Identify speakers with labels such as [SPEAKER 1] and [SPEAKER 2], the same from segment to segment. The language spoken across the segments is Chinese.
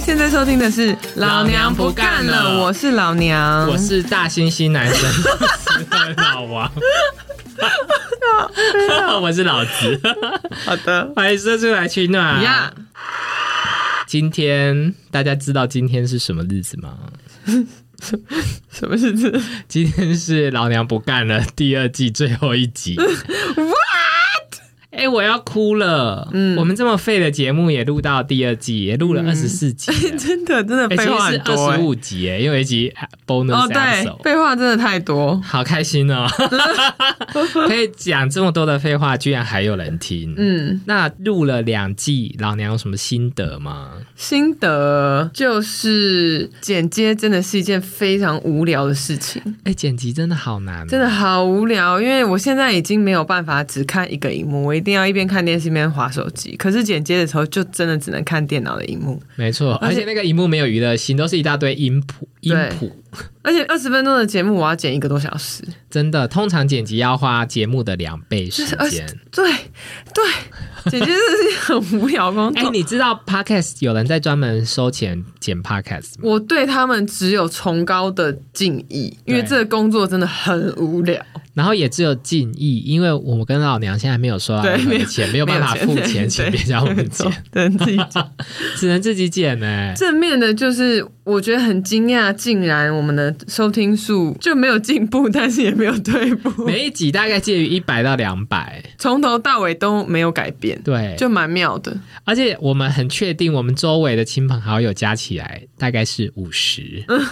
[SPEAKER 1] 现在收听的是《老娘不干
[SPEAKER 2] 老娘不干
[SPEAKER 1] 了》，
[SPEAKER 2] 了
[SPEAKER 1] 我是老娘，
[SPEAKER 2] 我是大猩猩男 神死的老王，我是老子，
[SPEAKER 1] 好的
[SPEAKER 2] 欢迎说出来取暖。
[SPEAKER 1] 呀。
[SPEAKER 2] 今天大家知道今天是什么日子吗？
[SPEAKER 1] 什么事情？
[SPEAKER 2] 今天是老娘不干了第二季最后一集。What？哎、我要哭了。嗯，我们这么废的节目也录到第二季，也录了二十四集了。
[SPEAKER 1] 真的真的
[SPEAKER 2] 哎
[SPEAKER 1] 嗯 废
[SPEAKER 2] 其
[SPEAKER 1] 话
[SPEAKER 2] 实是
[SPEAKER 1] 很多、
[SPEAKER 2] 二
[SPEAKER 1] 欸
[SPEAKER 2] 十五集哎，因为有一集 bonus
[SPEAKER 1] 哦，对，
[SPEAKER 2] episode，、
[SPEAKER 1] 废话真的太多。
[SPEAKER 2] 好开心 哦！可以讲这么多的废话，居然还有人听。
[SPEAKER 1] 嗯，
[SPEAKER 2] 那录了两季，老娘有什么心得吗？
[SPEAKER 1] 心得就是剪接真的是一件非常无聊的事情，
[SPEAKER 2] 哎、剪辑真的好难哦、
[SPEAKER 1] 真的好无聊。因为我现在已经没有办法只看一个荧幕，我一定要一边看电视一边划手机。可是剪接的时候，就真的只能看电脑的荧幕。
[SPEAKER 2] 没错，
[SPEAKER 1] 而
[SPEAKER 2] 而
[SPEAKER 1] 且
[SPEAKER 2] 且那个荧幕没有娱乐性，都是一大堆音谱音
[SPEAKER 1] 对
[SPEAKER 2] 谱。
[SPEAKER 1] 而且二十分钟的节目，我要剪一个多小时。
[SPEAKER 2] 真的，通常剪辑要花节目的两倍时间。
[SPEAKER 1] 对 对，剪接真的是很无聊的工
[SPEAKER 2] 哎、
[SPEAKER 1] 作。
[SPEAKER 2] 你知道 podcast 有人在专门收钱剪 podcast 吗？
[SPEAKER 1] 我对他们只有崇高的敬意，因为
[SPEAKER 2] 对
[SPEAKER 1] 这个工作真的很无聊。
[SPEAKER 2] 然后也只有敬意，因因为我们跟老娘现在没有收到
[SPEAKER 1] 对
[SPEAKER 2] 任何
[SPEAKER 1] 没
[SPEAKER 2] 的
[SPEAKER 1] 有
[SPEAKER 2] 钱，没有办法付钱，请别叫我们剪，
[SPEAKER 1] 对，自己 剪。
[SPEAKER 2] 只能自己剪呢、
[SPEAKER 1] 正面的就是，我觉得很惊讶，竟然我们的收听数就没有进步，但是也没有退步，
[SPEAKER 2] 每一集大概介于一百到两百，
[SPEAKER 1] 从头到尾都没有改变，
[SPEAKER 2] 对，
[SPEAKER 1] 就蛮妙的。
[SPEAKER 2] 而且我们很确定，我们周围的亲朋好友加起来大概是五十、
[SPEAKER 1] 嗯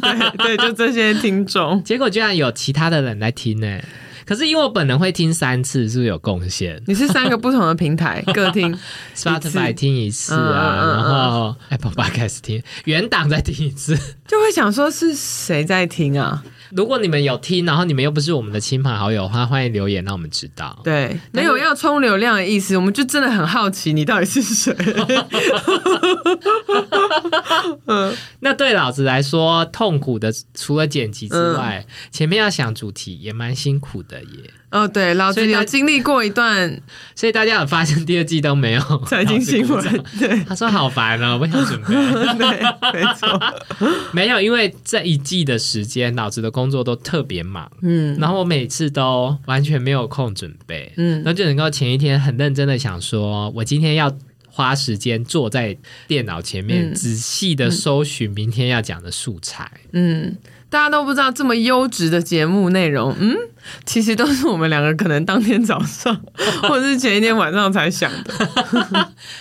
[SPEAKER 1] 对对，就这些听众，
[SPEAKER 2] 结果居然有其他的人来听呢、可是因为我本人会听三次，是不是有贡献
[SPEAKER 1] 你是三个不同的平台各听，
[SPEAKER 2] ？Spotify 听一次啊，
[SPEAKER 1] 嗯嗯嗯嗯
[SPEAKER 2] 然后 Apple Podcast 听，原档再听一次。
[SPEAKER 1] 就会想说是谁在听啊？
[SPEAKER 2] 如果你们有听，然后你们又不是我们的亲朋好友的话，欢迎留言让我们知道。
[SPEAKER 1] 对，没
[SPEAKER 2] 但是
[SPEAKER 1] 有要冲流量的意思，我们就真的很好奇你到底是谁。嗯
[SPEAKER 2] 那对老子来说，痛苦的除了剪辑
[SPEAKER 1] 嗯
[SPEAKER 2] 之外，前面要想主题也蛮辛苦的耶。
[SPEAKER 1] 哦，对，老
[SPEAKER 2] 所
[SPEAKER 1] 子
[SPEAKER 2] 以大
[SPEAKER 1] 有经历过一 段
[SPEAKER 2] 所以大家有发现第二季都没有
[SPEAKER 1] 财经新闻，对
[SPEAKER 2] 他说好烦哦，不想准 备。
[SPEAKER 1] 对，没错，
[SPEAKER 2] 没有，因为这一季的时间，老子的工作都特别忙，
[SPEAKER 1] 嗯
[SPEAKER 2] 然后我每次都完全没有空准备，
[SPEAKER 1] 嗯
[SPEAKER 2] 然后就能够前一天很认真的想说，我今天要。花时间坐在电脑前面，
[SPEAKER 1] 嗯
[SPEAKER 2] 仔细的搜寻明天要讲的素材。
[SPEAKER 1] 嗯，大家都不知道这么优质的节目内容，嗯，其实都是我们两个可能当天早上或者是前一天晚上才想的。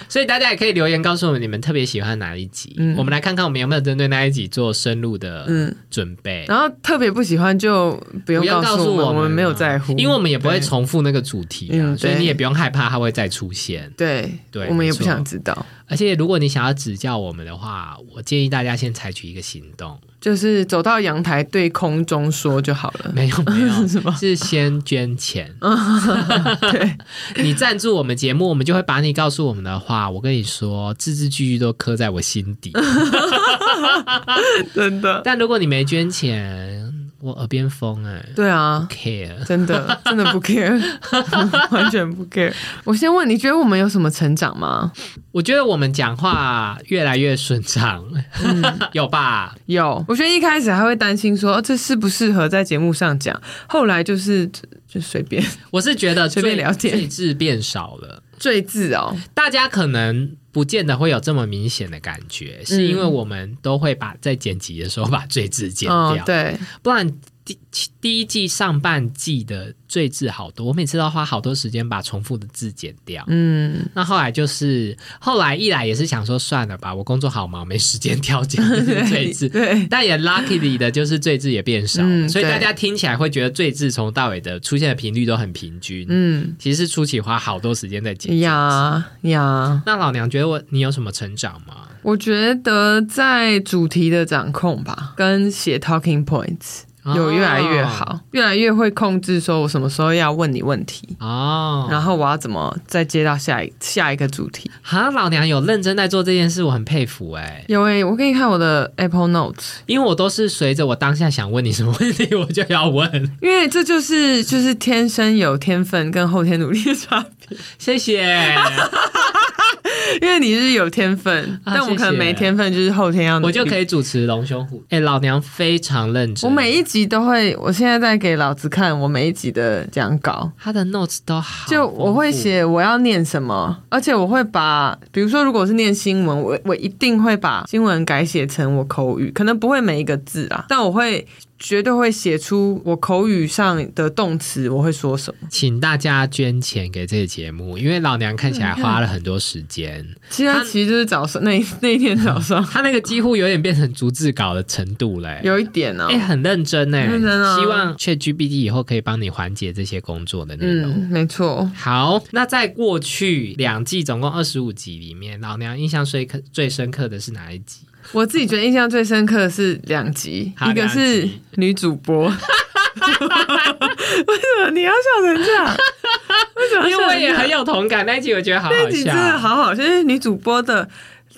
[SPEAKER 2] 所以大家也可以留言告诉我们你们特别喜欢哪一集，
[SPEAKER 1] 嗯
[SPEAKER 2] 我们来看看我们有没有针对那一集做深入的
[SPEAKER 1] 嗯，
[SPEAKER 2] 准备。
[SPEAKER 1] 然后特别不喜欢就不
[SPEAKER 2] 不
[SPEAKER 1] 用
[SPEAKER 2] 要告
[SPEAKER 1] 告
[SPEAKER 2] 诉
[SPEAKER 1] 诉我
[SPEAKER 2] 我啊
[SPEAKER 1] 们，我们没有在乎，
[SPEAKER 2] 因为我们也不会重复那个主题
[SPEAKER 1] 对
[SPEAKER 2] 啊，
[SPEAKER 1] 嗯
[SPEAKER 2] 所以
[SPEAKER 1] 对
[SPEAKER 2] 你也不用害怕它会再出现。
[SPEAKER 1] 对
[SPEAKER 2] 对
[SPEAKER 1] 我们也
[SPEAKER 2] 没
[SPEAKER 1] 不
[SPEAKER 2] 错
[SPEAKER 1] 想知道，
[SPEAKER 2] 而且如果你想要指教我们的话，我建议大家先采取一个行动，
[SPEAKER 1] 嗯就是走到阳台对空中说就好了。
[SPEAKER 2] 没有没有，
[SPEAKER 1] 是吗
[SPEAKER 2] 是先捐钱。
[SPEAKER 1] 对，
[SPEAKER 2] 你赞助我们节目，我们就会把你告诉我们的话，我跟你说，字字句句都刻在我心 底。
[SPEAKER 1] 真的，
[SPEAKER 2] 但如果你没捐钱，我耳边风哎、
[SPEAKER 1] 对啊。
[SPEAKER 2] care。
[SPEAKER 1] 真的，真的不 care，完全不 care。我先问，你觉得我们有什么成长吗？
[SPEAKER 2] 我觉得我们讲话越来越顺畅，
[SPEAKER 1] 嗯
[SPEAKER 2] 有吧？
[SPEAKER 1] 有，我觉得一开始还会担心说、哦这适不适合在节目上讲，后来就是就就随 便
[SPEAKER 2] 我是觉得
[SPEAKER 1] 随便
[SPEAKER 2] 罪
[SPEAKER 1] 聊天
[SPEAKER 2] 罪字变少了。
[SPEAKER 1] 赘字哦，
[SPEAKER 2] 大家可能不见得会有这么明显的感觉，
[SPEAKER 1] 嗯
[SPEAKER 2] 是因为我们都会把在剪辑的时候把赘字剪掉，
[SPEAKER 1] 嗯，对，
[SPEAKER 2] 不然第第一季上半季的赘字好多，我每次都要花好多时间把重复的字剪掉。
[SPEAKER 1] 嗯，
[SPEAKER 2] 那后来就是后来一来也是想说算了吧，我工作好忙，没时间挑剪这些赘字。
[SPEAKER 1] 对，
[SPEAKER 2] 但也 lucky 里的就是赘字也变少了，
[SPEAKER 1] 嗯
[SPEAKER 2] 所以
[SPEAKER 1] 对
[SPEAKER 2] 大家听起来会觉得赘字从到尾的出现的频率都很平均。
[SPEAKER 1] 嗯，
[SPEAKER 2] 其实是初期花好多时间在剪辑。
[SPEAKER 1] 呀呀，
[SPEAKER 2] 那老娘觉得我你有什么成长吗？
[SPEAKER 1] 我觉得在主题的掌控吧，跟写 talking points
[SPEAKER 2] 哦
[SPEAKER 1] 有越来越好，越来越会控制说我什么时候要问你问题。
[SPEAKER 2] 哦。
[SPEAKER 1] 然后我要怎么再接到下一下一个主题？
[SPEAKER 2] 哈，老娘有认真在做这件事，我很佩服哎、
[SPEAKER 1] 有诶、我给你看我的 Apple Notes，
[SPEAKER 2] 因为我都是随着我当下想问你什么问题，我就要问。
[SPEAKER 1] 因为这就是就是 天生有天分跟后天努力的差别。
[SPEAKER 2] 谢谢，
[SPEAKER 1] 因为你是有天分，
[SPEAKER 2] 啊
[SPEAKER 1] 但我可能
[SPEAKER 2] 谢谢
[SPEAKER 1] 没天分，就是后天要努
[SPEAKER 2] 我
[SPEAKER 1] 力
[SPEAKER 2] 就可以主持龙兄虎。哎、老娘非常认真，
[SPEAKER 1] 我每一集都会，我现在在给老子看我每一集的讲稿，
[SPEAKER 2] 他的 notes 都好，
[SPEAKER 1] 就我会，写我要念什么，而且我会把，比如说如果是念新闻，我我一定会把新闻改写成我口语，可能不会每一个字啊，但我会绝对会写出我口语上的动词我会说什么。
[SPEAKER 2] 请大家捐钱给这个节目，因为老娘看起来花了很多时间，
[SPEAKER 1] 现在其实就是早上那一那一天早上
[SPEAKER 2] 他那个几乎有点变成逐字稿的程度嘞、
[SPEAKER 1] 有一点啊呢、
[SPEAKER 2] 哎、很认真哎、
[SPEAKER 1] 认真啊
[SPEAKER 2] 希望 ChatGPT 以后可以帮你缓解这些工作的内容。
[SPEAKER 1] 嗯，没错，
[SPEAKER 2] 好，那在过去两季总共二十五集里面，老娘印象最刻最深刻的是哪一集？
[SPEAKER 1] 我自己觉得印象最深刻的是两集，
[SPEAKER 2] 好
[SPEAKER 1] 一个是
[SPEAKER 2] 两集
[SPEAKER 1] 女主 播。为什么你要笑成这样？ 为什么
[SPEAKER 2] 因
[SPEAKER 1] 要
[SPEAKER 2] 为
[SPEAKER 1] 笑成这样？
[SPEAKER 2] 我也很有同感，那一集我觉得好
[SPEAKER 1] 啊那
[SPEAKER 2] 好
[SPEAKER 1] 一集哎真的
[SPEAKER 2] 笑。啊
[SPEAKER 1] 好好笑，因为女主播的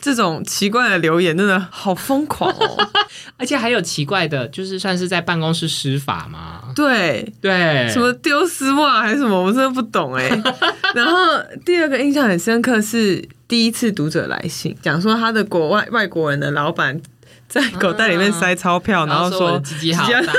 [SPEAKER 1] 这种奇怪的留言真的好疯狂 哦。
[SPEAKER 2] 而且还有奇怪的，就是算是在办公室施法嘛？
[SPEAKER 1] 对，
[SPEAKER 2] 对，
[SPEAKER 1] 什么丢丝袜还是什么，我真的不懂哎。然后第二个印象很深刻是第一次读者来信，讲说他的国外外国人的老板。在口袋里面塞钞票，然
[SPEAKER 2] 然
[SPEAKER 1] 后
[SPEAKER 2] 后啊说我
[SPEAKER 1] 说
[SPEAKER 2] 的鸡鸡好
[SPEAKER 1] 鸡
[SPEAKER 2] 大，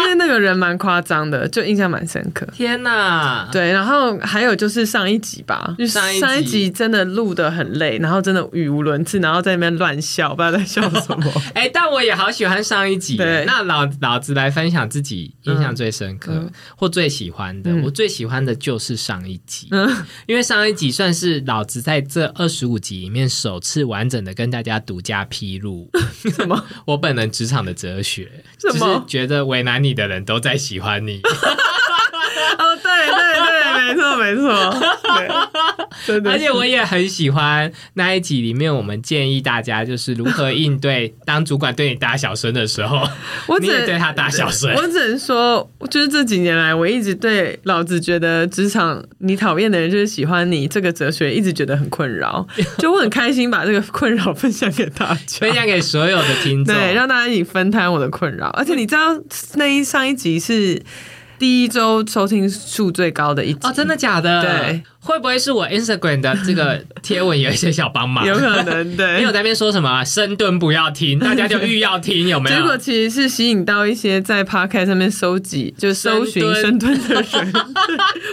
[SPEAKER 1] 因为那个人蛮夸张的，就印象蛮深刻。
[SPEAKER 2] 天哪！
[SPEAKER 1] 对，然后还有就是上一集吧，就是
[SPEAKER 2] 上一集
[SPEAKER 1] 上一集真的录的很累，然后真的语无伦次，然后在那边乱笑，不知道在笑什么。
[SPEAKER 2] 哎、但我也好喜欢上一集。
[SPEAKER 1] 对
[SPEAKER 2] 那老老子来分享自己印象最深刻、
[SPEAKER 1] 嗯
[SPEAKER 2] 或最喜欢的、
[SPEAKER 1] 嗯
[SPEAKER 2] 我最喜欢的就是上一集，
[SPEAKER 1] 嗯
[SPEAKER 2] 因为上一集算是老子在这二十五集里面首次完整的跟大家独家披露
[SPEAKER 1] 什么？
[SPEAKER 2] 我本人职场的哲学，
[SPEAKER 1] 什
[SPEAKER 2] 就是
[SPEAKER 1] 么
[SPEAKER 2] 觉得为难你的人都在喜欢你，
[SPEAKER 1] 哦，对对对，没错没错， 对，真的是。
[SPEAKER 2] 而且我也很喜欢那一集里面我们建议大家就是如何应对当主管对你大小声的时候，
[SPEAKER 1] 我
[SPEAKER 2] 你
[SPEAKER 1] 只
[SPEAKER 2] 也对他大小声。
[SPEAKER 1] 我只能说，就是这几年来，我一直对老子觉得职场你讨厌的人就是喜欢你这个哲学，一直觉得很困 扰。就我很开心把这个困扰分享给大家
[SPEAKER 2] 分。享给所有的听众。
[SPEAKER 1] 对，让大家一起分摊我的困扰。而且你知道，那一上一集是第一周收听数最高的一集，
[SPEAKER 2] 哦，真的假的？
[SPEAKER 1] 对，
[SPEAKER 2] 会不会是我 Instagram 的这个贴文 有一些小帮忙？
[SPEAKER 1] 有可能对。
[SPEAKER 2] 没有在那边说什么啊深蹲不要 听，大家就欲要听，有没有？
[SPEAKER 1] 结果其实是吸引到一些在 podcast 上面搜集，就搜寻
[SPEAKER 2] 深
[SPEAKER 1] 深蹲的人，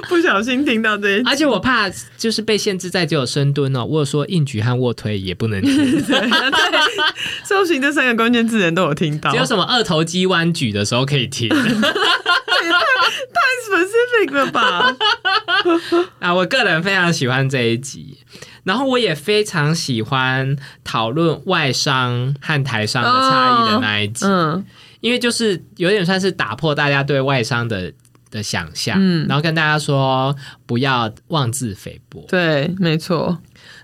[SPEAKER 1] 不小心听到这一集。
[SPEAKER 2] 而且我怕就是被限制在只有深蹲哦，我有说硬举和卧推也不能 听，
[SPEAKER 1] 对，搜寻这三个关键字的人都有听到，
[SPEAKER 2] 只有什么二头肌弯举的时候可以 听。
[SPEAKER 1] 太 specific 了吧？
[SPEAKER 2] 啊，我个人非常喜欢这一集，然后我也非常喜欢讨论外商和台商的差异的那一集。
[SPEAKER 1] 嗯，
[SPEAKER 2] 因为就是有点算是打破大家对外商的的想象，
[SPEAKER 1] 嗯
[SPEAKER 2] 然后跟大家说不要妄自菲薄。
[SPEAKER 1] 对，没错，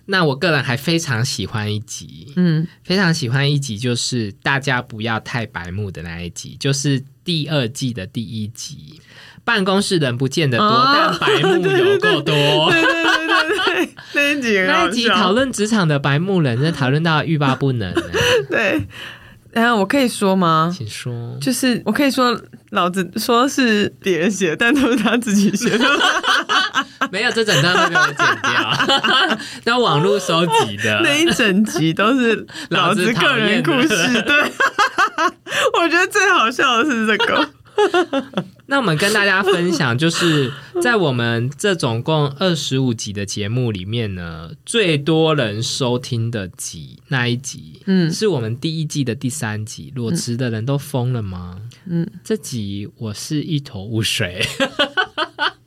[SPEAKER 2] 那我个人还非常喜欢一集，
[SPEAKER 1] 嗯
[SPEAKER 2] 非常喜欢一集就是大家不要太白目的那一集，就是第二季的第一集。办公室人不见得多，
[SPEAKER 1] 哦
[SPEAKER 2] 但白目有够多。
[SPEAKER 1] 对对对对对，那一集很
[SPEAKER 2] 那
[SPEAKER 1] 好
[SPEAKER 2] 一集讨
[SPEAKER 1] 笑，
[SPEAKER 2] 论职场的白目人，真的讨论到欲罢不能、
[SPEAKER 1] 对。然后我可以说吗？
[SPEAKER 2] 请说，
[SPEAKER 1] 就是我可以说，老子说是别人写的，但都是他自己写的，
[SPEAKER 2] 没有这整段会被我剪掉， 那网络收集 的。
[SPEAKER 1] 那一整集都 是老子个人故
[SPEAKER 2] 老子讨厌
[SPEAKER 1] 事。对， 我觉得最好笑的是这个，
[SPEAKER 2] 那我们跟大家分享，就是 在我们这总共二十五集的节目里面呢，最多人收听的集那一集，
[SPEAKER 1] 嗯
[SPEAKER 2] 是我们第一季的第三集。裸辞的人都疯了吗？
[SPEAKER 1] 嗯，
[SPEAKER 2] 这集我是一头雾水。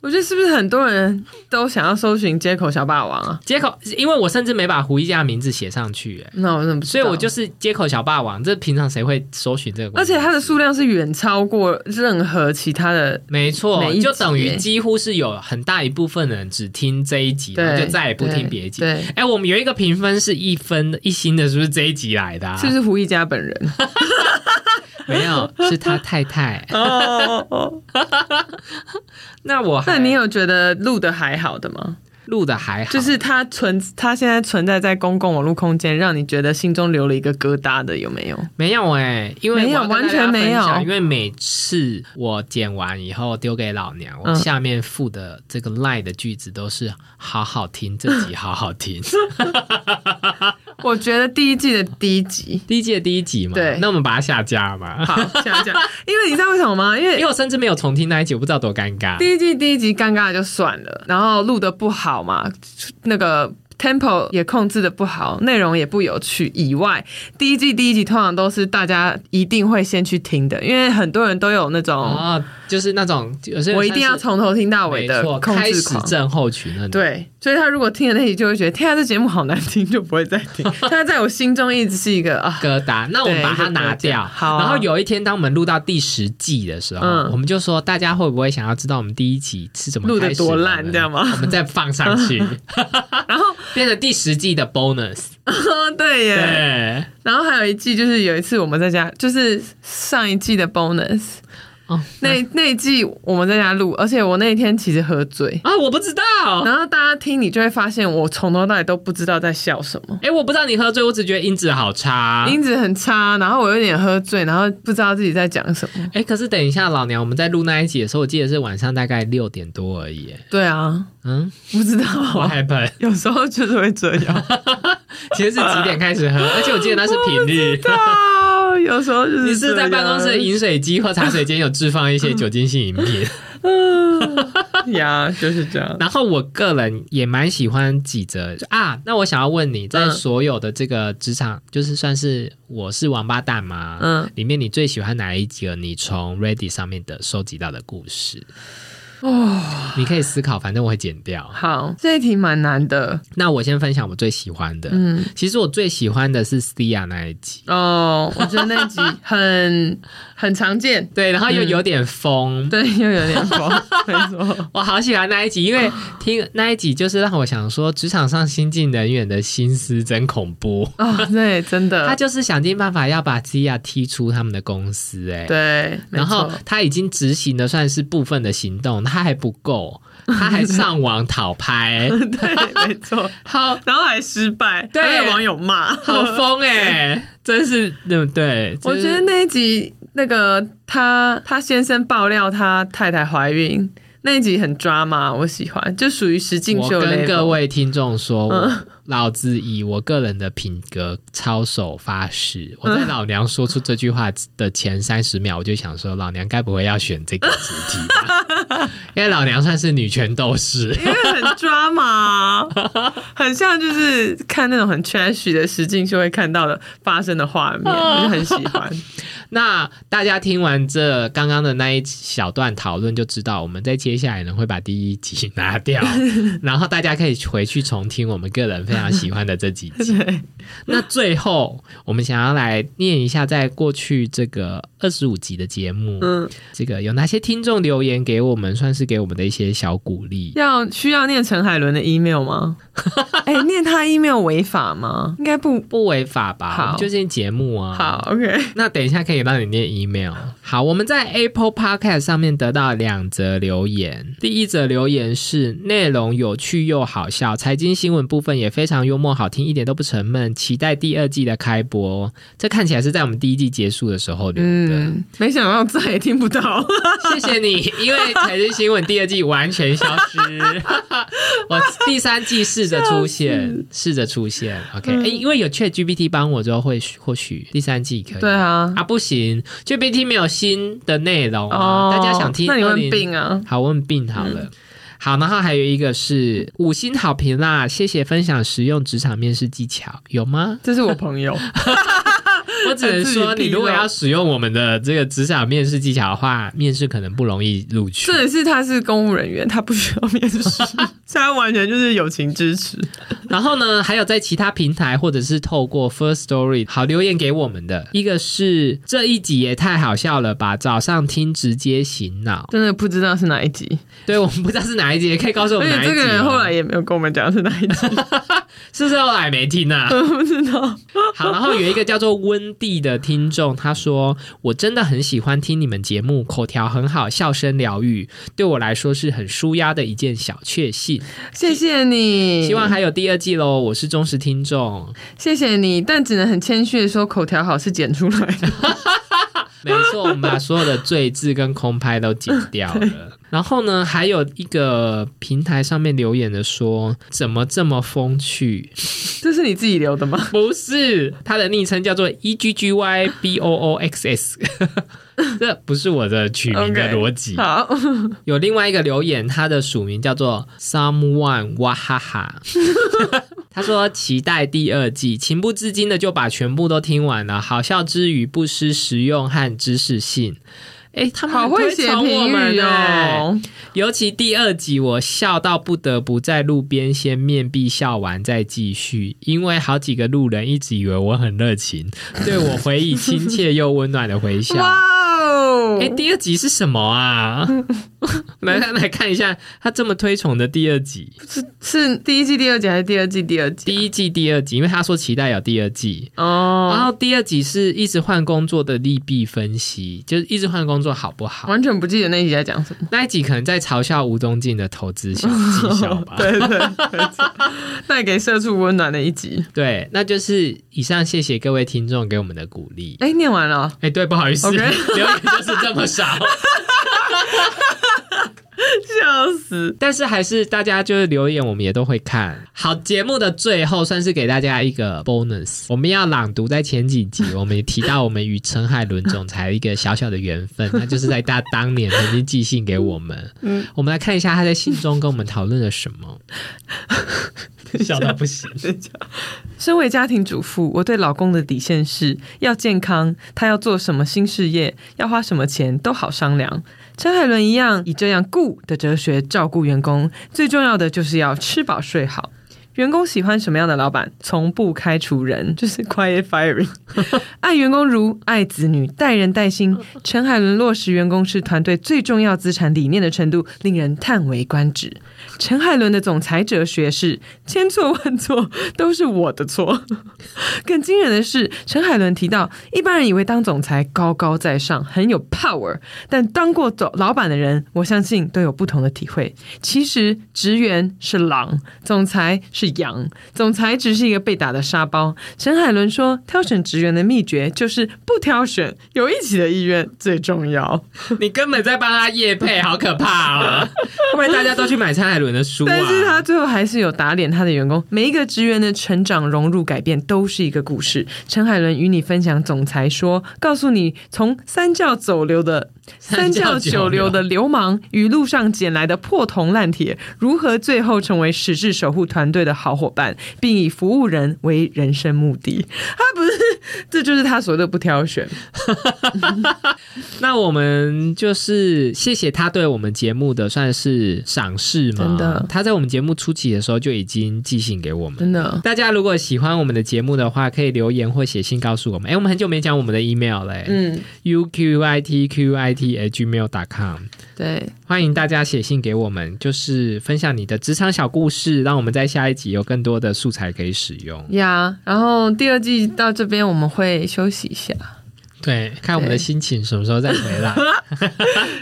[SPEAKER 1] 我觉得是不是很多人都想要搜寻街口小霸王啊？
[SPEAKER 2] 接口，因为我甚至没把胡一家的名字写上去、哎
[SPEAKER 1] 那我怎么不知
[SPEAKER 2] 所
[SPEAKER 1] 道？
[SPEAKER 2] 以我就是接口小霸王。这平常谁会搜寻这个关
[SPEAKER 1] 而
[SPEAKER 2] 键
[SPEAKER 1] 且
[SPEAKER 2] 字？
[SPEAKER 1] 它的数量是远超过任何其他的。
[SPEAKER 2] 没错
[SPEAKER 1] 每，一集
[SPEAKER 2] 就等于
[SPEAKER 1] 耶
[SPEAKER 2] 几乎是有很大一部分人只听这一集，然后
[SPEAKER 1] 对，
[SPEAKER 2] 就再也不听别集。
[SPEAKER 1] 对，
[SPEAKER 2] 哎、我们有一个评分是一分一星的，是不是这一集来的、啊？
[SPEAKER 1] 是不是胡一家本人？
[SPEAKER 2] 没有，是他太 太。
[SPEAKER 1] 哦，
[SPEAKER 2] 那我还
[SPEAKER 1] 那你有觉得录的还好的吗？
[SPEAKER 2] 录的还好，
[SPEAKER 1] 就是它存，它现在存在在公共网络空间，让你觉得心中留了一个疙瘩的，有没有？
[SPEAKER 2] 没有哎、因为
[SPEAKER 1] 没有
[SPEAKER 2] 我要跟
[SPEAKER 1] 完全
[SPEAKER 2] 大家分
[SPEAKER 1] 没有
[SPEAKER 2] 享因为每次我剪完以后丢给老娘，我
[SPEAKER 1] 嗯
[SPEAKER 2] 下面附的这个 line 的句子都是“好好听”，这 集好好听。
[SPEAKER 1] 我觉得第一季的第一集，
[SPEAKER 2] 第一季的第一集嘛，
[SPEAKER 1] 对
[SPEAKER 2] 那我们把它下架嘛。
[SPEAKER 1] 好，下架。因为你知道为什么吗？因
[SPEAKER 2] 因
[SPEAKER 1] 为
[SPEAKER 2] 为我甚至没有重听那一集，我不知道多尴尬。
[SPEAKER 1] 第一季第一集尴尬就算了，然后录的不好嘛，那个 tempo 也控制的不好，内容也不有趣。以外，第一季第一集通常都是大家一定会先去听的，因为很多人都有那种
[SPEAKER 2] 哦，就是那种，有些人
[SPEAKER 1] 我一定要
[SPEAKER 2] 算是
[SPEAKER 1] 从头听到尾
[SPEAKER 2] 没
[SPEAKER 1] 的
[SPEAKER 2] 错，
[SPEAKER 1] 控
[SPEAKER 2] 开
[SPEAKER 1] 制
[SPEAKER 2] 始
[SPEAKER 1] 狂。
[SPEAKER 2] 症候群那种。
[SPEAKER 1] 对，所以他如果听了那集，就会觉得天啊，这节目好难听，就不会再 听。但他在我心中一直是一个 啊，
[SPEAKER 2] 疙瘩，那我们
[SPEAKER 1] 对
[SPEAKER 2] 把它
[SPEAKER 1] 一个疙
[SPEAKER 2] 拿
[SPEAKER 1] 瘩
[SPEAKER 2] 掉。
[SPEAKER 1] 好啊
[SPEAKER 2] 然后有一天，当我们录到第十季的时候，
[SPEAKER 1] 嗯
[SPEAKER 2] 我们就说大家会不会想要知道我们第一集是怎么
[SPEAKER 1] 录的
[SPEAKER 2] 开始
[SPEAKER 1] 多
[SPEAKER 2] 呢
[SPEAKER 1] 烂，这样吗
[SPEAKER 2] 我？们再放上去，
[SPEAKER 1] 然后，
[SPEAKER 2] 变成第十季的 bonus。
[SPEAKER 1] 对耶，
[SPEAKER 2] 对，
[SPEAKER 1] 然后还有一季，就是有一次我们在家，就是上一季的 bonus
[SPEAKER 2] 哦，
[SPEAKER 1] 那那一季我们在家录，而且我那一天其实喝醉，
[SPEAKER 2] 啊，我不知道。
[SPEAKER 1] 然后大家听你就会发现我从头到尾都不知道在笑什么，
[SPEAKER 2] 哎、我不知道你喝醉，我只觉得音质好差。
[SPEAKER 1] 音质很差，然后我有点喝醉，然后不知道自己在讲什么。
[SPEAKER 2] 哎、可是等一下，老娘，我们在录那一集的时候，我记得是晚上大概六点多而已。哎
[SPEAKER 1] 对啊，
[SPEAKER 2] 嗯
[SPEAKER 1] 不 知道，
[SPEAKER 2] ，What happened？
[SPEAKER 1] 有时候就是会这样，
[SPEAKER 2] 其实是几点开 始喝？而且我记得那是频率。
[SPEAKER 1] 到有时候就是
[SPEAKER 2] 啊你是
[SPEAKER 1] 这
[SPEAKER 2] 在办公室的
[SPEAKER 1] 样
[SPEAKER 2] 饮水机或茶水间有置放一 些酒精性饮品？啊
[SPEAKER 1] 呀，就是这样。
[SPEAKER 2] 然后我个人也蛮喜欢几则啊。那我想要问你，在
[SPEAKER 1] 嗯
[SPEAKER 2] 所有的这个职场，就是算是我是王八蛋吗？
[SPEAKER 1] 嗯，
[SPEAKER 2] 里面你最喜欢哪一集？你从 Ready 上面的收集到的故事哦，你可以思考，反正我会剪掉。
[SPEAKER 1] 好，这一题蛮难的，
[SPEAKER 2] 那我先分享我最喜欢的，
[SPEAKER 1] 嗯。
[SPEAKER 2] 其实我最喜欢的是 Sia 那一集。
[SPEAKER 1] 哦，我觉得那一集很很常见，
[SPEAKER 2] 对，然后又有点疯，
[SPEAKER 1] 对，又有点疯，没错，
[SPEAKER 2] 我好喜欢那一集，因为
[SPEAKER 1] 啊
[SPEAKER 2] 听那一集就是让我想说，职场上新进人员的心思真恐怖。
[SPEAKER 1] 哦，对，真
[SPEAKER 2] 他
[SPEAKER 1] 的，
[SPEAKER 2] 就是想尽办法要把 Zia 踢出他们的公司、哎，
[SPEAKER 1] 对，没
[SPEAKER 2] 然后
[SPEAKER 1] 错
[SPEAKER 2] 他已经执行的算是部分的行动，他还不 够，他还上网讨拍，
[SPEAKER 1] 对，没错，
[SPEAKER 2] 好
[SPEAKER 1] 然后还失败，
[SPEAKER 2] 对
[SPEAKER 1] 还被网友骂，
[SPEAKER 2] 好疯哎、真是对不对？
[SPEAKER 1] 我
[SPEAKER 2] 就是
[SPEAKER 1] 觉得那一集那个他他先生爆料他太太怀孕。那一集很抓马，我喜欢，就属于实境
[SPEAKER 2] 我
[SPEAKER 1] 秀
[SPEAKER 2] 跟
[SPEAKER 1] level
[SPEAKER 2] 各位听众说，
[SPEAKER 1] 嗯
[SPEAKER 2] 我 老子以我个人的品格操守发誓，我在老娘说出这句话的前三十秒，我就想说，老娘该不会要选这个主题吧？因为老娘算是女权斗士。
[SPEAKER 1] 因为很抓 马，很像就是看那种很 trash 的实境秀会看到的发生的画 面，我就很喜欢。
[SPEAKER 2] 那大家听完这刚刚的那一小段讨论，就知道我们在接下来呢会把第一集拿掉，然后大家可以回去重听我们个人非常喜欢的这几 集。
[SPEAKER 1] 对，
[SPEAKER 2] 那最后，我们想要来念一下，在过去这个二十五集的节目，
[SPEAKER 1] 嗯，
[SPEAKER 2] 这个有哪些听众留言给我们，算是给我们的一些小鼓励。
[SPEAKER 1] 要需要念陈海伦的 email 吗？哎、念他 email 违法吗？应该不。
[SPEAKER 2] 不违法吧？
[SPEAKER 1] 好
[SPEAKER 2] 我们就是念节目啊。
[SPEAKER 1] 好，，OK，
[SPEAKER 2] 那等一下可以让你念 email。好，我们在 Apple Podcast 上面得到两则留言。第一则留言是内容有趣又好笑，财经新闻部分也非常幽默好听，一点都不沉闷。期待第二季的开播。这看起来是在我们第一季结束的时候留的。
[SPEAKER 1] 嗯，没想到再也听不到，
[SPEAKER 2] 谢谢你，因为财经新闻第二季完全消 失，我第三季试着 出现，试着出现。OK，、诶
[SPEAKER 1] 嗯
[SPEAKER 2] 因为有 Chat GPT 帮我之后，会或许第三季可以。
[SPEAKER 1] 对啊，
[SPEAKER 2] 啊，不行，GPT 没有新的内容啊，
[SPEAKER 1] 哦，
[SPEAKER 2] 大家想听？
[SPEAKER 1] 那你嗯问
[SPEAKER 2] 20
[SPEAKER 1] 病啊？
[SPEAKER 2] 好，问病好了。好，然后还有一个是五星好评啦，谢谢分享实用职场面试技巧，有吗？
[SPEAKER 1] 这是我朋友，
[SPEAKER 2] 我只能说，你如果要使用我们的这个职场面试技巧的话，面试可能不容易录取。
[SPEAKER 1] 重点是他是公务人员，他不需要面 试，所以他完全就是友情支持。
[SPEAKER 2] 然后呢，还有在其他平台或者是透过 First Story 好留言给我们的，一个是这一集也太好笑了吧，早上听直接醒脑。
[SPEAKER 1] 真的不知道是哪一集，
[SPEAKER 2] 对，我们不知道是哪一集，也可以告诉我
[SPEAKER 1] 而
[SPEAKER 2] 们哪
[SPEAKER 1] 且
[SPEAKER 2] 一集、
[SPEAKER 1] 这
[SPEAKER 2] 哦。
[SPEAKER 1] 个人后来也没有跟我们讲是哪一集。
[SPEAKER 2] 是不是后来没听啊？
[SPEAKER 1] 不知 道，
[SPEAKER 2] 好，然后有一个叫做温蒂的听众，他说：“我真的很喜欢听你们节目，口条很好，笑声疗愈，对我来说是很舒压的一件小确幸。
[SPEAKER 1] 谢谢你，
[SPEAKER 2] 希望还有第二季喽！我是忠实听众，
[SPEAKER 1] 谢谢你，但只能很谦虚的说，口条好是剪出来 的。
[SPEAKER 2] 没错，我们把所有的罪字跟空拍都剪掉了。然后呢，还有一个平台上面留言的说，怎么这么 风趣？
[SPEAKER 1] 这是你自己留的吗？
[SPEAKER 2] 不是，他的昵称叫做 E G G Y B O O X S，这不是我的取名的
[SPEAKER 1] OK，
[SPEAKER 2] 逻 辑。
[SPEAKER 1] 好，
[SPEAKER 2] 有另外一个留言，他的署名叫做 Someone 哇哈哈， 他说期待第二季，情不自禁的就把全部都听完了，好笑之余不失实用和知识性。哎、他们
[SPEAKER 1] 好
[SPEAKER 2] 很
[SPEAKER 1] 会
[SPEAKER 2] 推
[SPEAKER 1] 写
[SPEAKER 2] 崇我
[SPEAKER 1] 评
[SPEAKER 2] 们
[SPEAKER 1] 语
[SPEAKER 2] 哎
[SPEAKER 1] 哦。
[SPEAKER 2] 尤其第二集，我笑到不得不在路边先面壁笑完再继续，因为好几个路人一直以为我很热情，对我回以亲切又温暖的
[SPEAKER 1] 欸
[SPEAKER 2] 回笑。
[SPEAKER 1] 哇哦
[SPEAKER 2] 哎、！第二集是什 么啊？来来来看一下，他这么推崇的第二集，
[SPEAKER 1] 是第一季第二集还是第二季第二集？
[SPEAKER 2] 第一季、第二集，因为他说期待有第二季。然
[SPEAKER 1] 哦，
[SPEAKER 2] 后第二集是一直换工作的利弊分析，就是一直换工作好不好？
[SPEAKER 1] 完全不记得那一集在讲什么。
[SPEAKER 2] 那一集可能在嘲笑吴宗敬的投资小技巧吧。
[SPEAKER 1] 对对对， 带给社畜温暖的一集。
[SPEAKER 2] 对，那就是以上，谢谢各位听众给我们的鼓励。
[SPEAKER 1] 哎，念完 了，
[SPEAKER 2] 哎、对，不好意思
[SPEAKER 1] OK
[SPEAKER 2] 留言就是这么少，
[SPEAKER 1] 笑死！
[SPEAKER 2] 但是还是大家就是留言，我们也都会看。好，节目的最后算是给大家一个 bonus，我们要朗读在前几集，我们也提到我们与陈海伦总裁一个小小的缘分， 那就是在他当年曾经寄信给我们。嗯，我们来看一下他在信中跟我们讨论了什么。 笑到不行，
[SPEAKER 1] 身为家庭主妇，我对老公的底线是要健康，他要做什么新事业，要花什么钱都好商量。陈海伦一样以这样顾的哲学照顾员工，最重要的就是要吃饱睡好。员工喜欢什么样的老板，从不开除人，就是 quiet firing。爱员工如爱子女，待人待心。陈海伦落实员工是团队最重要资产理念的程度，令人叹为观止。陈海伦的总裁哲学是千错万错都是我的错。 更惊人的是，陈海伦提到，一般人以为当总裁高高在上，很有 power，但当过总老板的人，我相信都有不同的体会。其实，职员是狼，总裁是羊，总裁只是一个被打的沙包。陈海伦说，挑选职员的秘诀就是不挑选，有一起的意愿最重要。
[SPEAKER 2] 你根本在帮他夜配，好可怕 啊！会不会大家都去买陈海伦的书啊？
[SPEAKER 1] 但是他最后还是有打脸他的员工。每一个职员的成长、融入、改变都是一个故事。陈海伦与你分享总裁说，告诉你从三教走流的。
[SPEAKER 2] 三
[SPEAKER 1] 三
[SPEAKER 2] 教
[SPEAKER 1] 教
[SPEAKER 2] 九
[SPEAKER 1] 九
[SPEAKER 2] 流
[SPEAKER 1] 流的流氓与路上捡来的破铜烂铁，如何最后成为实质守护团队的好伙伴，并以服务人为人生目的？他不是，这就是他所谓的不挑选。
[SPEAKER 2] 那我们就是谢谢他对我们节目的算是赏识嘛。
[SPEAKER 1] 真的
[SPEAKER 2] 他在我们节目初期的时候就已经寄信给我们。
[SPEAKER 1] 真的，
[SPEAKER 2] 大家如果喜欢我们的节目的话，可以留言或写信告诉我们。哎、我们很久没讲我们的 email 嘞、
[SPEAKER 1] 嗯，
[SPEAKER 2] u q i t q i t h gmail com，
[SPEAKER 1] 对，
[SPEAKER 2] 欢迎大家写信给我们，就是分享你的职场小故事，让我们在下一集有更多的素材可以使用。
[SPEAKER 1] 呀、然后第二季到这边我们会休息一下。
[SPEAKER 2] 对，看我们的
[SPEAKER 1] 对
[SPEAKER 2] 心情什么时候再回来，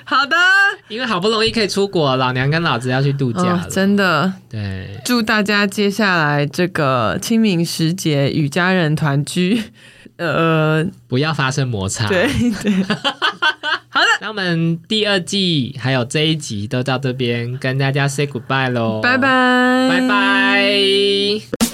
[SPEAKER 1] 好的，
[SPEAKER 2] 因为好不容易可以出国，老娘跟老子要去度假了。
[SPEAKER 1] 哦，真的，
[SPEAKER 2] 对。
[SPEAKER 1] 祝大家接下来这个清明时节与家人团聚，呃，
[SPEAKER 2] 不要发生摩擦。
[SPEAKER 1] 对，对，
[SPEAKER 2] 那我们第二季还有这一集都到这边跟大家 say goodbye 喽，
[SPEAKER 1] 拜拜，
[SPEAKER 2] 拜拜。